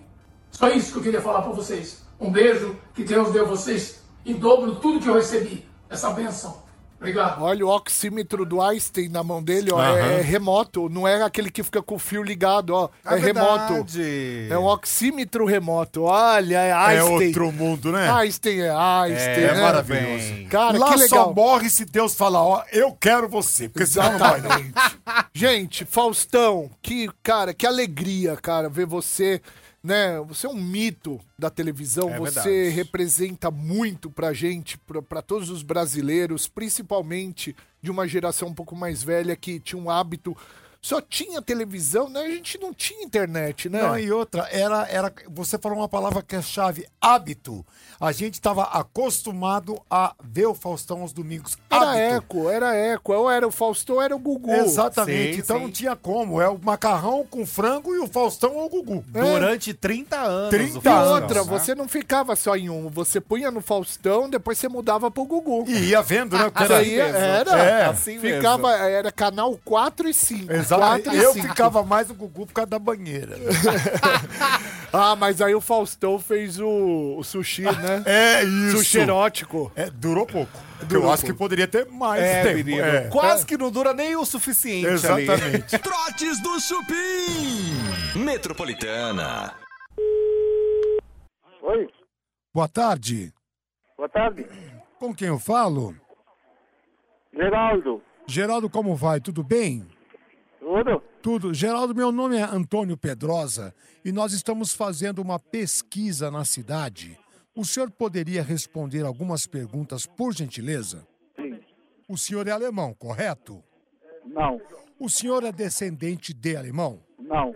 [SPEAKER 12] Só isso que eu queria falar para vocês. Um beijo, que Deus deu a vocês em dobro tudo que eu recebi, essa bênção. Obrigado.
[SPEAKER 3] Olha o oxímetro do Einstein na mão dele, ó.
[SPEAKER 9] Aham.
[SPEAKER 3] É, é remoto, não é aquele que fica com o fio ligado, ó. É, remoto. É um oxímetro remoto. Olha, é
[SPEAKER 5] É
[SPEAKER 3] Einstein.
[SPEAKER 5] outro mundo, né?
[SPEAKER 3] Einstein é Einstein.
[SPEAKER 5] É
[SPEAKER 3] né?
[SPEAKER 5] maravilhoso.
[SPEAKER 3] Cara,
[SPEAKER 5] Lá
[SPEAKER 3] que
[SPEAKER 5] só
[SPEAKER 3] legal.
[SPEAKER 5] morre se Deus falar, ó, eu quero você. Porque senão não vai, não.
[SPEAKER 3] Gente, Faustão, que, cara, que alegria, cara, ver você, né? Você é um mito da televisão,
[SPEAKER 9] É
[SPEAKER 3] você
[SPEAKER 9] verdade.
[SPEAKER 3] representa muito pra gente, pra, pra todos os brasileiros, principalmente de uma geração um pouco mais velha que tinha um hábito. Só tinha televisão, né? A gente não tinha internet, né?
[SPEAKER 4] Não,
[SPEAKER 3] e...
[SPEAKER 4] e outra, era, era, você falou uma palavra que é chave, hábito. A gente estava acostumado a ver o Faustão aos domingos.
[SPEAKER 3] Era
[SPEAKER 4] hábito.
[SPEAKER 3] eco, era eco. Ou era o Faustão, ou era o Gugu.
[SPEAKER 4] Exatamente.
[SPEAKER 9] Sim,
[SPEAKER 4] então
[SPEAKER 9] sim.
[SPEAKER 4] não tinha como. É o macarrão com frango e o Faustão ou o Gugu. É.
[SPEAKER 9] Durante 30 anos.
[SPEAKER 4] 30
[SPEAKER 9] o
[SPEAKER 3] E
[SPEAKER 9] Faustão,
[SPEAKER 3] outra,
[SPEAKER 9] né?
[SPEAKER 3] você não ficava só em um. Você punha no Faustão, depois você mudava pro Gugu.
[SPEAKER 4] E ia vendo, né? o que
[SPEAKER 3] Isso
[SPEAKER 4] era-
[SPEAKER 3] Ah, aí era.
[SPEAKER 4] É.
[SPEAKER 9] assim mesmo.
[SPEAKER 3] Assim ficava, era canal 4 e 5.
[SPEAKER 4] Exato.
[SPEAKER 3] 4 e
[SPEAKER 4] Eu
[SPEAKER 3] 5.
[SPEAKER 4] ficava mais o Gugu por causa da banheira. né?
[SPEAKER 3] Ah, mas aí o Faustão fez o, o sushi, né?
[SPEAKER 4] É isso.
[SPEAKER 3] Sushi erótico.
[SPEAKER 4] É, durou pouco.
[SPEAKER 3] Durou
[SPEAKER 4] eu acho
[SPEAKER 3] pouco.
[SPEAKER 4] que poderia ter mais
[SPEAKER 9] É,
[SPEAKER 4] tempo.
[SPEAKER 9] menino.
[SPEAKER 4] é.
[SPEAKER 9] Quase que não dura nem o suficiente ali.
[SPEAKER 4] Exatamente.
[SPEAKER 1] Trotes do Chupim. Metropolitana.
[SPEAKER 11] Oi,
[SPEAKER 4] Boa tarde.
[SPEAKER 11] boa tarde.
[SPEAKER 4] Com quem eu falo?
[SPEAKER 11] Geraldo,
[SPEAKER 4] Geraldo, como vai? Tudo bem?
[SPEAKER 11] tudo?
[SPEAKER 4] Tudo. Geraldo, meu nome é Antônio Pedrosa e nós estamos fazendo uma pesquisa na cidade. O senhor poderia responder algumas perguntas, por gentileza?
[SPEAKER 11] Sim.
[SPEAKER 4] O senhor é alemão, correto?
[SPEAKER 11] Não,
[SPEAKER 4] O senhor é descendente de alemão?
[SPEAKER 11] não.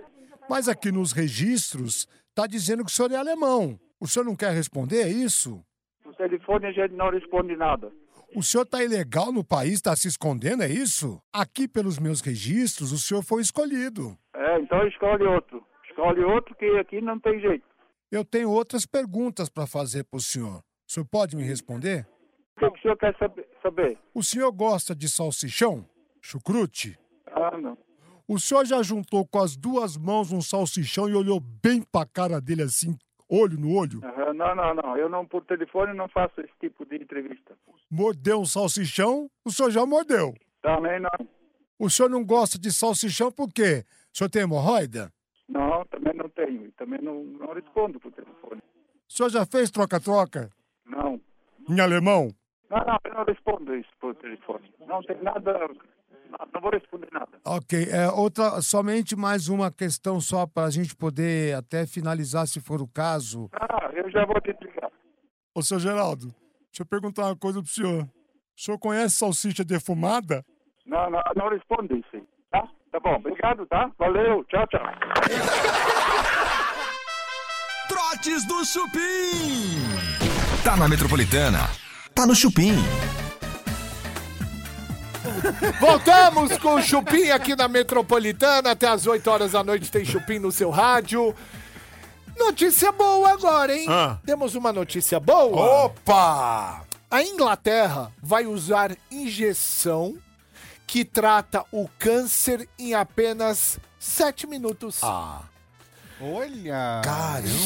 [SPEAKER 4] Mas aqui nos registros está dizendo que o senhor é alemão. O senhor não quer responder é isso?
[SPEAKER 11] O telefone a gente não responde nada.
[SPEAKER 4] O senhor está ilegal no país, está se escondendo, é isso? Aqui pelos meus registros, o senhor foi escolhido.
[SPEAKER 11] É, então escolhe outro. Escolhe outro que aqui não tem jeito.
[SPEAKER 4] Eu tenho outras perguntas para fazer para o senhor. O senhor pode me responder?
[SPEAKER 11] O que, que o senhor quer saber? saber?
[SPEAKER 4] O senhor gosta de salsichão? Chucrute?
[SPEAKER 11] Ah, não.
[SPEAKER 4] O senhor já juntou com as duas mãos um salsichão e olhou bem pra cara dele assim, olho no olho?
[SPEAKER 13] Aham, Ah, Não, não, não. Eu não, por telefone, não faço esse tipo de entrevista.
[SPEAKER 4] Mordeu um salsichão? O senhor já mordeu.
[SPEAKER 13] Também não.
[SPEAKER 4] O senhor não gosta de salsichão por quê? O senhor tem hemorroida?
[SPEAKER 13] Não, também não tenho. E também não, não respondo por telefone.
[SPEAKER 4] O senhor já fez troca-troca?
[SPEAKER 13] Não.
[SPEAKER 4] Em alemão?
[SPEAKER 13] Não, não, eu não respondo isso por telefone. Não tem nada. Não, não vou responder nada.
[SPEAKER 4] Ok, é, outra, somente mais uma questão só para a gente poder até finalizar, se for o caso.
[SPEAKER 13] Ah, eu já vou te explicar.
[SPEAKER 4] Ô, seu Geraldo, deixa eu perguntar uma coisa pro senhor. O senhor conhece salsicha defumada?
[SPEAKER 13] Não, não, não respondo isso. aí, Tá? Tá bom. Obrigado, tá? Valeu. Tchau, tchau.
[SPEAKER 1] Trotes do Chupim. Tá na Metropolitana. Tá no Chupim.
[SPEAKER 3] Voltamos com o Chupim aqui na Metropolitana. Até às 8 horas da noite tem Chupim no seu rádio. Notícia boa agora, hein?
[SPEAKER 5] Ah.
[SPEAKER 3] Temos uma notícia boa. Opa! A Inglaterra vai usar injeção que trata o câncer em apenas 7 minutos. Ah.
[SPEAKER 9] Olha!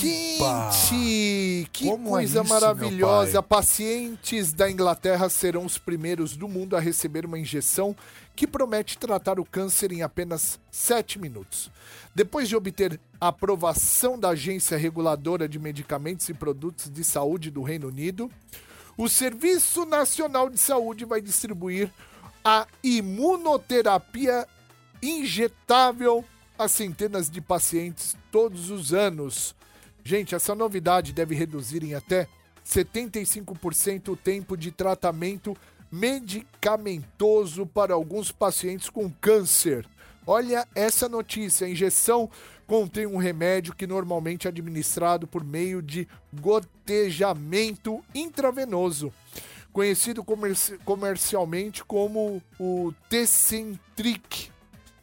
[SPEAKER 3] Gente, que
[SPEAKER 9] Como é
[SPEAKER 3] coisa
[SPEAKER 9] isso,
[SPEAKER 3] maravilhosa.
[SPEAKER 9] meu
[SPEAKER 3] Pacientes da Inglaterra serão os primeiros do mundo a receber uma injeção que promete tratar o câncer em apenas 7 minutos. Depois de obter a aprovação da Agência Reguladora de Medicamentos e Produtos de Saúde do Reino Unido, o Serviço Nacional de Saúde vai distribuir a imunoterapia injetável a centenas de pacientes todos os anos. Gente, essa novidade deve reduzir em até 75% o tempo de tratamento medicamentoso para alguns pacientes com câncer. Olha essa notícia: a injeção contém um remédio que normalmente é administrado por meio de gotejamento intravenoso, conhecido comerci- comercialmente como o Tecentric,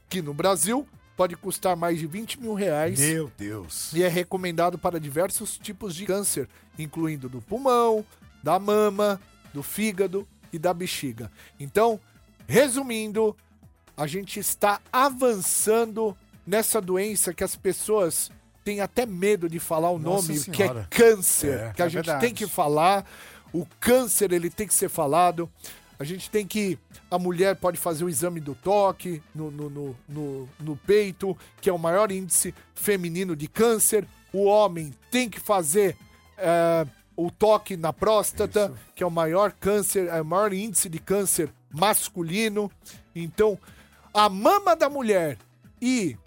[SPEAKER 3] que no Brasil pode custar mais de 20 mil reais.
[SPEAKER 5] Meu Deus.
[SPEAKER 3] E é recomendado para diversos tipos de câncer, incluindo do pulmão, da mama, do fígado e da bexiga. Então, resumindo, a gente está avançando nessa doença que as pessoas têm até medo de falar o
[SPEAKER 4] Nossa
[SPEAKER 3] nome,
[SPEAKER 4] Senhora.
[SPEAKER 3] que é câncer,
[SPEAKER 4] É,
[SPEAKER 3] que a
[SPEAKER 4] é
[SPEAKER 3] gente
[SPEAKER 4] verdade.
[SPEAKER 3] tem que falar. O câncer, ele tem que ser falado. A gente tem que. A mulher pode fazer o exame do toque no, no, no, no, no peito, que é o maior índice feminino de câncer. O homem tem que fazer é, o toque na próstata, que é o maior câncer, é o maior índice de câncer masculino. Então, a mama da mulher e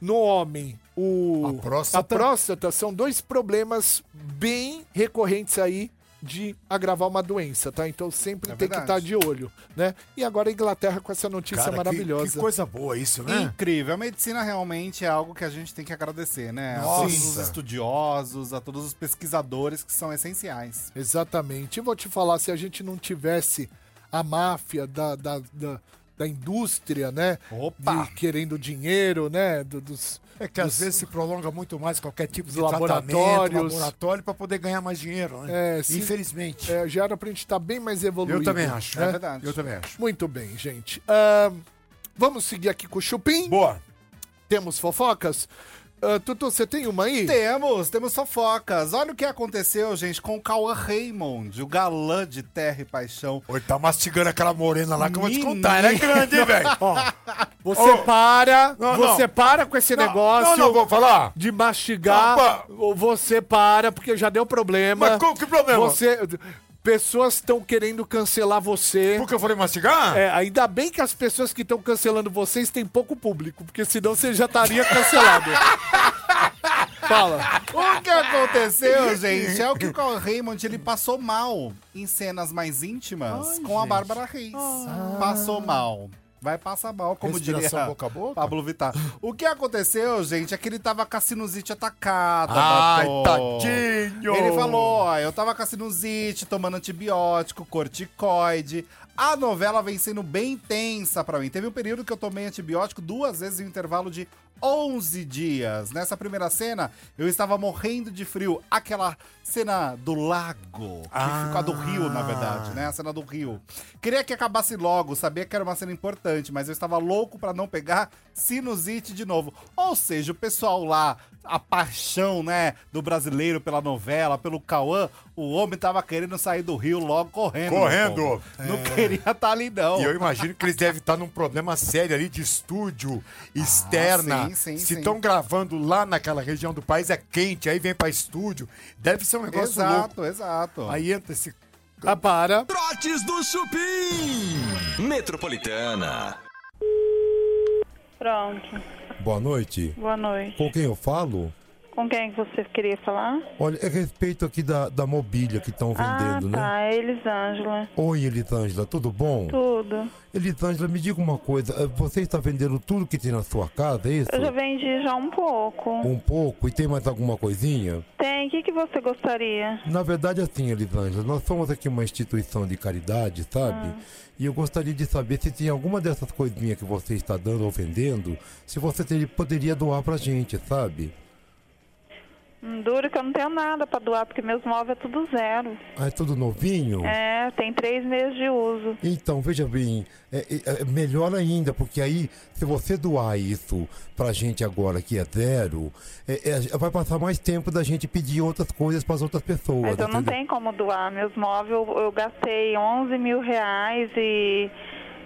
[SPEAKER 3] no homem o a próstata. são dois problemas bem recorrentes aí de agravar uma doença, tá? Então sempre
[SPEAKER 4] É
[SPEAKER 3] tem que
[SPEAKER 9] verdade.
[SPEAKER 3] estar de olho, né? E agora a Inglaterra com essa notícia maravilhosa.
[SPEAKER 9] boa isso,
[SPEAKER 3] né?
[SPEAKER 9] Incrível. A medicina realmente é algo que a gente tem que agradecer, né? A todos os
[SPEAKER 3] Nossa.
[SPEAKER 9] estudiosos, a todos os pesquisadores que são essenciais.
[SPEAKER 3] Exatamente. E vou te falar, se a gente não tivesse a máfia da, da, da, da indústria, né?
[SPEAKER 4] Opa!
[SPEAKER 3] De querendo dinheiro, né? Do- dos,
[SPEAKER 4] É que às
[SPEAKER 3] dos-
[SPEAKER 4] vezes se prolonga muito mais qualquer tipo
[SPEAKER 3] Os
[SPEAKER 4] de tratamento,
[SPEAKER 3] laboratórios.
[SPEAKER 4] laboratório, para poder ganhar mais dinheiro, né?
[SPEAKER 3] É, sim.
[SPEAKER 4] Infelizmente.
[SPEAKER 3] É, já era pra gente estar bem mais evoluído.
[SPEAKER 4] Eu também acho.
[SPEAKER 3] né?
[SPEAKER 4] É verdade. Eu também acho.
[SPEAKER 3] Muito bem, gente. Ahn, vamos seguir aqui com o Chupim?
[SPEAKER 5] Boa.
[SPEAKER 3] Temos fofocas? Ahn, Tutu, você tem uma aí?
[SPEAKER 9] Temos, temos fofocas. Olha o que aconteceu, gente, com o Cauã Raymond, o galã de Terra e Paixão.
[SPEAKER 5] Oi, tá mastigando aquela morena lá que eu vou te
[SPEAKER 9] Menino.
[SPEAKER 5] contar. Ela é grande, hein, velho?
[SPEAKER 3] Você
[SPEAKER 5] Ô,
[SPEAKER 3] para,
[SPEAKER 5] Oh. não,
[SPEAKER 3] você
[SPEAKER 5] não.
[SPEAKER 3] para com esse
[SPEAKER 5] Não,
[SPEAKER 3] negócio.
[SPEAKER 5] não, não, vou falar.
[SPEAKER 3] De mastigar. ou Você para, porque já deu problema.
[SPEAKER 5] Mas qual- que é problema?
[SPEAKER 3] Você. Pessoas estão querendo cancelar você.
[SPEAKER 5] Porque eu falei mastigar?
[SPEAKER 3] É, ainda bem que as pessoas que estão cancelando vocês têm pouco público, porque senão você já estaria cancelado. Fala.
[SPEAKER 9] O que aconteceu, gente, é o que o Carl Raymond
[SPEAKER 4] Hum.
[SPEAKER 9] ele passou mal em cenas mais íntimas com a Bárbara Reis. Passou mal. Vai passar mal, como
[SPEAKER 4] Ah. Respiração
[SPEAKER 9] diria
[SPEAKER 4] boca a boca?
[SPEAKER 9] Pablo Vittar. O que aconteceu, gente, é que ele tava com a sinusite atacada.
[SPEAKER 5] Ai,
[SPEAKER 9] Batom.
[SPEAKER 5] tadinho!
[SPEAKER 9] Ele falou, ó, eu tava com a sinusite, tomando antibiótico, corticoide. A novela vem sendo bem intensa pra mim. Teve um período que eu tomei antibiótico duas vezes em um intervalo de 11 dias. Nessa primeira cena, eu estava morrendo de frio. Aquela cena do lago, que ficou a do rio, na verdade, né? A cena do rio. Queria que acabasse logo, sabia que era uma cena importante, mas eu estava louco pra não pegar sinusite de novo. Ou seja, o pessoal lá, a paixão, né, do brasileiro pela novela, pelo Cauã, o homem tava querendo sair do rio logo correndo. meu
[SPEAKER 5] Correndo.
[SPEAKER 9] povo. Não
[SPEAKER 5] É.
[SPEAKER 9] queria estar ali, não.
[SPEAKER 5] E eu imagino que eles devem estar num problema sério ali de estúdio, externa.
[SPEAKER 9] Ah, sim, sim,
[SPEAKER 5] Se
[SPEAKER 9] sim.
[SPEAKER 5] estão gravando lá naquela região do país, é quente, aí vem pra estúdio. Deve ser um negócio
[SPEAKER 9] Exato,
[SPEAKER 5] louco.
[SPEAKER 9] exato.
[SPEAKER 5] Aí entra esse...
[SPEAKER 3] Ah, para.
[SPEAKER 1] Trotes do Chupim. Metropolitana.
[SPEAKER 14] Pronto.
[SPEAKER 15] Boa noite.
[SPEAKER 14] Boa noite.
[SPEAKER 15] Com quem eu falo?
[SPEAKER 14] Com quem que você queria falar?
[SPEAKER 15] Olha, é a respeito aqui da, da mobília que estão
[SPEAKER 14] ah,
[SPEAKER 15] vendendo, né?
[SPEAKER 14] tá. É Elisângela.
[SPEAKER 15] Oi, Elitângela, tudo bom?
[SPEAKER 14] Tudo.
[SPEAKER 15] Elitângela, me diga uma coisa. eh, Você está vendendo tudo que tem na sua casa, é isso?
[SPEAKER 14] Eu já vendi já um pouco.
[SPEAKER 15] Um pouco, e tem mais alguma coisinha?
[SPEAKER 14] Tem. O que, que você gostaria?
[SPEAKER 15] Na verdade, assim, Elisângela, nós somos aqui uma instituição de caridade, sabe?
[SPEAKER 14] Ah.
[SPEAKER 15] E eu gostaria de saber se tem alguma dessas coisinhas que você está dando ou vendendo, se você teria, poderia doar pra gente, sabe?
[SPEAKER 14] Hum, Duro que eu não tenho nada pra doar, porque meus móveis é tudo zero.
[SPEAKER 15] Ah, é tudo novinho?
[SPEAKER 14] É, tem três meses de uso.
[SPEAKER 15] Então, veja bem, é, é- é melhor ainda, porque aí, se você doar isso pra gente agora, que é zero, é- é- vai passar mais tempo da gente pedir outras coisas pras outras pessoas.
[SPEAKER 14] Mas eu não
[SPEAKER 15] entendeu?
[SPEAKER 14] tenho como doar. Meus móveis, eu, eu gastei 11 mil reais e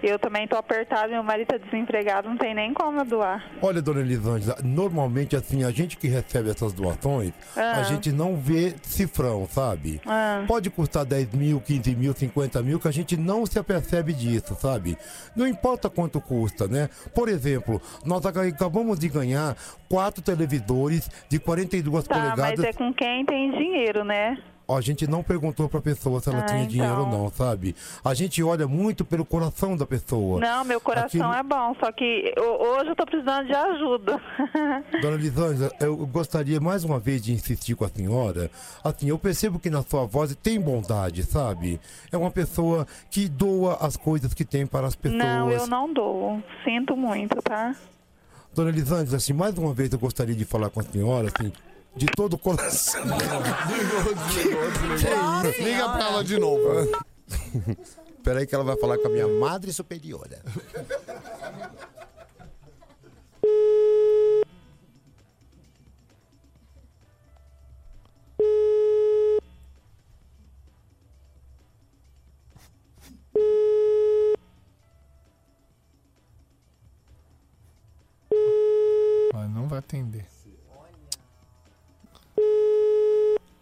[SPEAKER 14] eu também tô apertado. Meu marido tá desempregado, não tem nem como eu doar.
[SPEAKER 15] Olha, dona Elisângela, normalmente, assim, a gente que recebe essas doações,
[SPEAKER 14] Ah.
[SPEAKER 15] a gente não vê cifrão, sabe?
[SPEAKER 14] Ah.
[SPEAKER 15] Pode custar 10 mil, 15 mil, 50 mil, que a gente não se apercebe disso, sabe? Não importa quanto custa, né? Por exemplo, nós aca- acabamos de ganhar quatro televisores de 42
[SPEAKER 14] Tá, mas
[SPEAKER 15] polegadas.
[SPEAKER 14] é com quem tem dinheiro, né?
[SPEAKER 15] Ó, A gente não perguntou pra pessoa se ela
[SPEAKER 14] Ah,
[SPEAKER 15] tinha dinheiro ou
[SPEAKER 14] então.
[SPEAKER 15] não, sabe? A gente olha muito pelo coração da pessoa.
[SPEAKER 14] Não, meu coração
[SPEAKER 15] Aquilo-
[SPEAKER 14] é bom, só que ho- hoje eu tô precisando de ajuda.
[SPEAKER 15] Dona Lisângela, eu gostaria mais uma vez de insistir com a senhora. Assim, eu percebo que na sua voz tem bondade, sabe? É uma pessoa que doa as coisas que tem para as pessoas.
[SPEAKER 14] Não, eu não dou. Sinto muito, tá?
[SPEAKER 15] Dona Lisângela, assim, mais uma vez eu gostaria de falar com a senhora, assim, de todo o coração.
[SPEAKER 3] Que isso? Liga pra ela de novo.
[SPEAKER 15] Peraí que ela vai falar com a minha madre superiora.
[SPEAKER 3] Ó, não vai atender.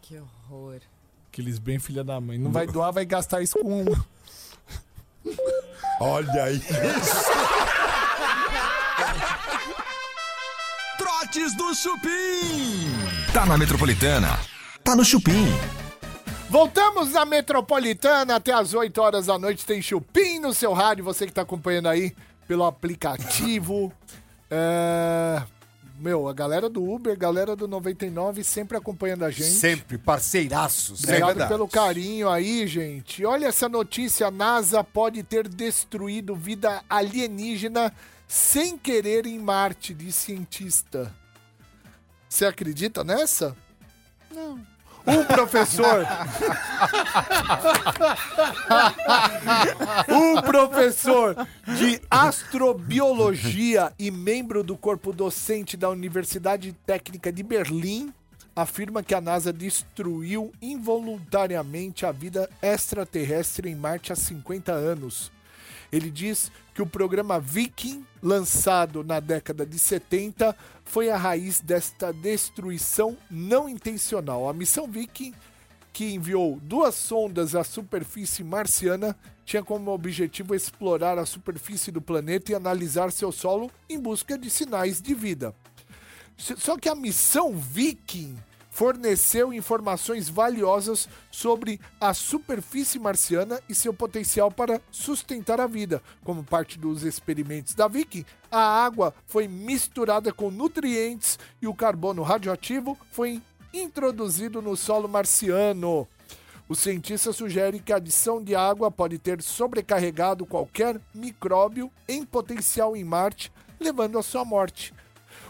[SPEAKER 16] Que horror.
[SPEAKER 3] Aqueles bem filha da mãe. Não vai doar, vai gastar isso com um.
[SPEAKER 15] Olha aí.
[SPEAKER 1] Trotes do Chupim. Tá na Metropolitana. Tá no Chupim.
[SPEAKER 3] Voltamos na Metropolitana até as 8 horas da noite. Tem Chupim no seu rádio. Você que tá acompanhando aí pelo aplicativo. É, Meu, a galera do Uber, galera do 99 sempre acompanhando a gente.
[SPEAKER 5] Sempre, parceiraços. é
[SPEAKER 3] Obrigado
[SPEAKER 5] verdade.
[SPEAKER 3] pelo carinho aí, gente. Olha essa notícia: a NASA pode ter destruído vida alienígena sem querer em Marte, diz cientista. Você acredita nessa?
[SPEAKER 8] Não.
[SPEAKER 3] Um professor. um professor de astrobiologia e membro do corpo docente da Universidade Técnica de Berlim afirma que a NASA destruiu involuntariamente a vida extraterrestre em Marte há 50 anos. Ele diz que o programa Viking, lançado na década de 70, foi a raiz desta destruição não intencional. A missão Viking, que enviou duas sondas à superfície marciana, tinha como objetivo explorar a superfície do planeta e analisar seu solo em busca de sinais de vida. S- Só que a missão Viking forneceu informações valiosas sobre a superfície marciana e seu potencial para sustentar a vida. Como parte dos experimentos da Viking, a água foi misturada com nutrientes e o carbono radioativo foi introduzido no solo marciano. O cientista sugere que a adição de água pode ter sobrecarregado qualquer micróbio em potencial em Marte, levando à sua morte.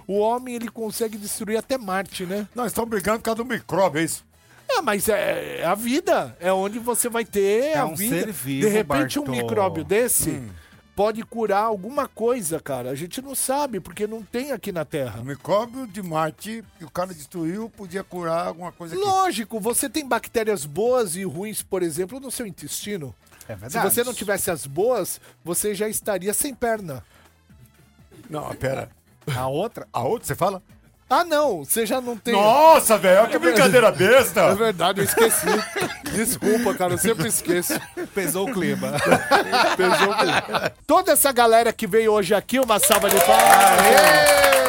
[SPEAKER 3] O homem ele consegue destruir até Marte, né?
[SPEAKER 5] Nós estamos brigando por causa do micróbio, é isso?
[SPEAKER 3] É, mas é é a vida. É onde você vai ter
[SPEAKER 9] É
[SPEAKER 3] a
[SPEAKER 9] um
[SPEAKER 3] vida.
[SPEAKER 9] ser vivo,
[SPEAKER 3] de repente, um
[SPEAKER 9] Bartô.
[SPEAKER 3] micróbio desse
[SPEAKER 5] Hum.
[SPEAKER 3] pode curar alguma coisa, cara. A gente não sabe, porque não tem aqui na Terra.
[SPEAKER 5] micróbio de Marte que o cara destruiu podia curar alguma coisa que
[SPEAKER 3] Lógico, você tem bactérias boas e ruins, por exemplo, no seu intestino.
[SPEAKER 9] É
[SPEAKER 3] Se você não tivesse as boas, você já estaria sem perna.
[SPEAKER 5] Não, pera.
[SPEAKER 9] A outra?
[SPEAKER 5] A outra, você fala?
[SPEAKER 3] Ah, não, você já não tem.
[SPEAKER 5] Nossa, velho, olha que brincadeira besta.
[SPEAKER 3] É verdade, É eu esqueci. Desculpa, cara, eu sempre esqueço.
[SPEAKER 9] Pesou o clima.
[SPEAKER 3] Pesou o clima. Toda essa galera que veio hoje aqui, uma salva de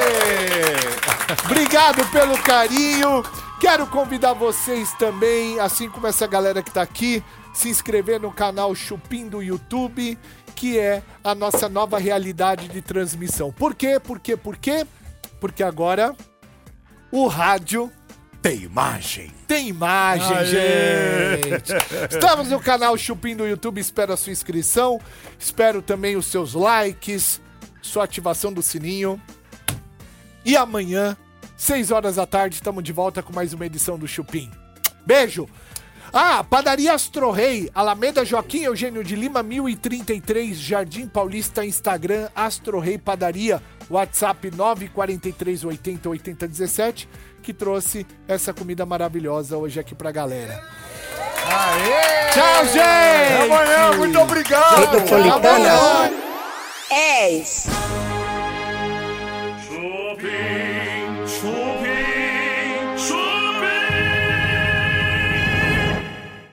[SPEAKER 3] palmas. Obrigado pelo carinho. Quero convidar vocês também, assim como essa galera que tá aqui, se inscrever no canal Chupim do YouTube, que é a nossa nova realidade de transmissão. Por quê? Por quê? Por quê? Porque agora o rádio
[SPEAKER 5] tem imagem.
[SPEAKER 3] Tem imagem,
[SPEAKER 5] Aê!
[SPEAKER 3] gente. Estamos no canal Chupim do YouTube. Espero a sua inscrição. Espero também os seus likes, sua ativação do sininho. E amanhã, 6 horas da tarde, estamos de volta com mais uma edição do Chupim. Beijo! Ah, Padaria Astro Rei, Alameda Joaquim Eugênio de Lima, 1033, Jardim Paulista, Instagram, Astro Rei Padaria, WhatsApp 943 80 80 17, que trouxe essa comida maravilhosa hoje aqui pra galera. Aê! Tchau, gente!
[SPEAKER 5] Até amanhã, muito obrigado.
[SPEAKER 3] Metropolitana.
[SPEAKER 17] É.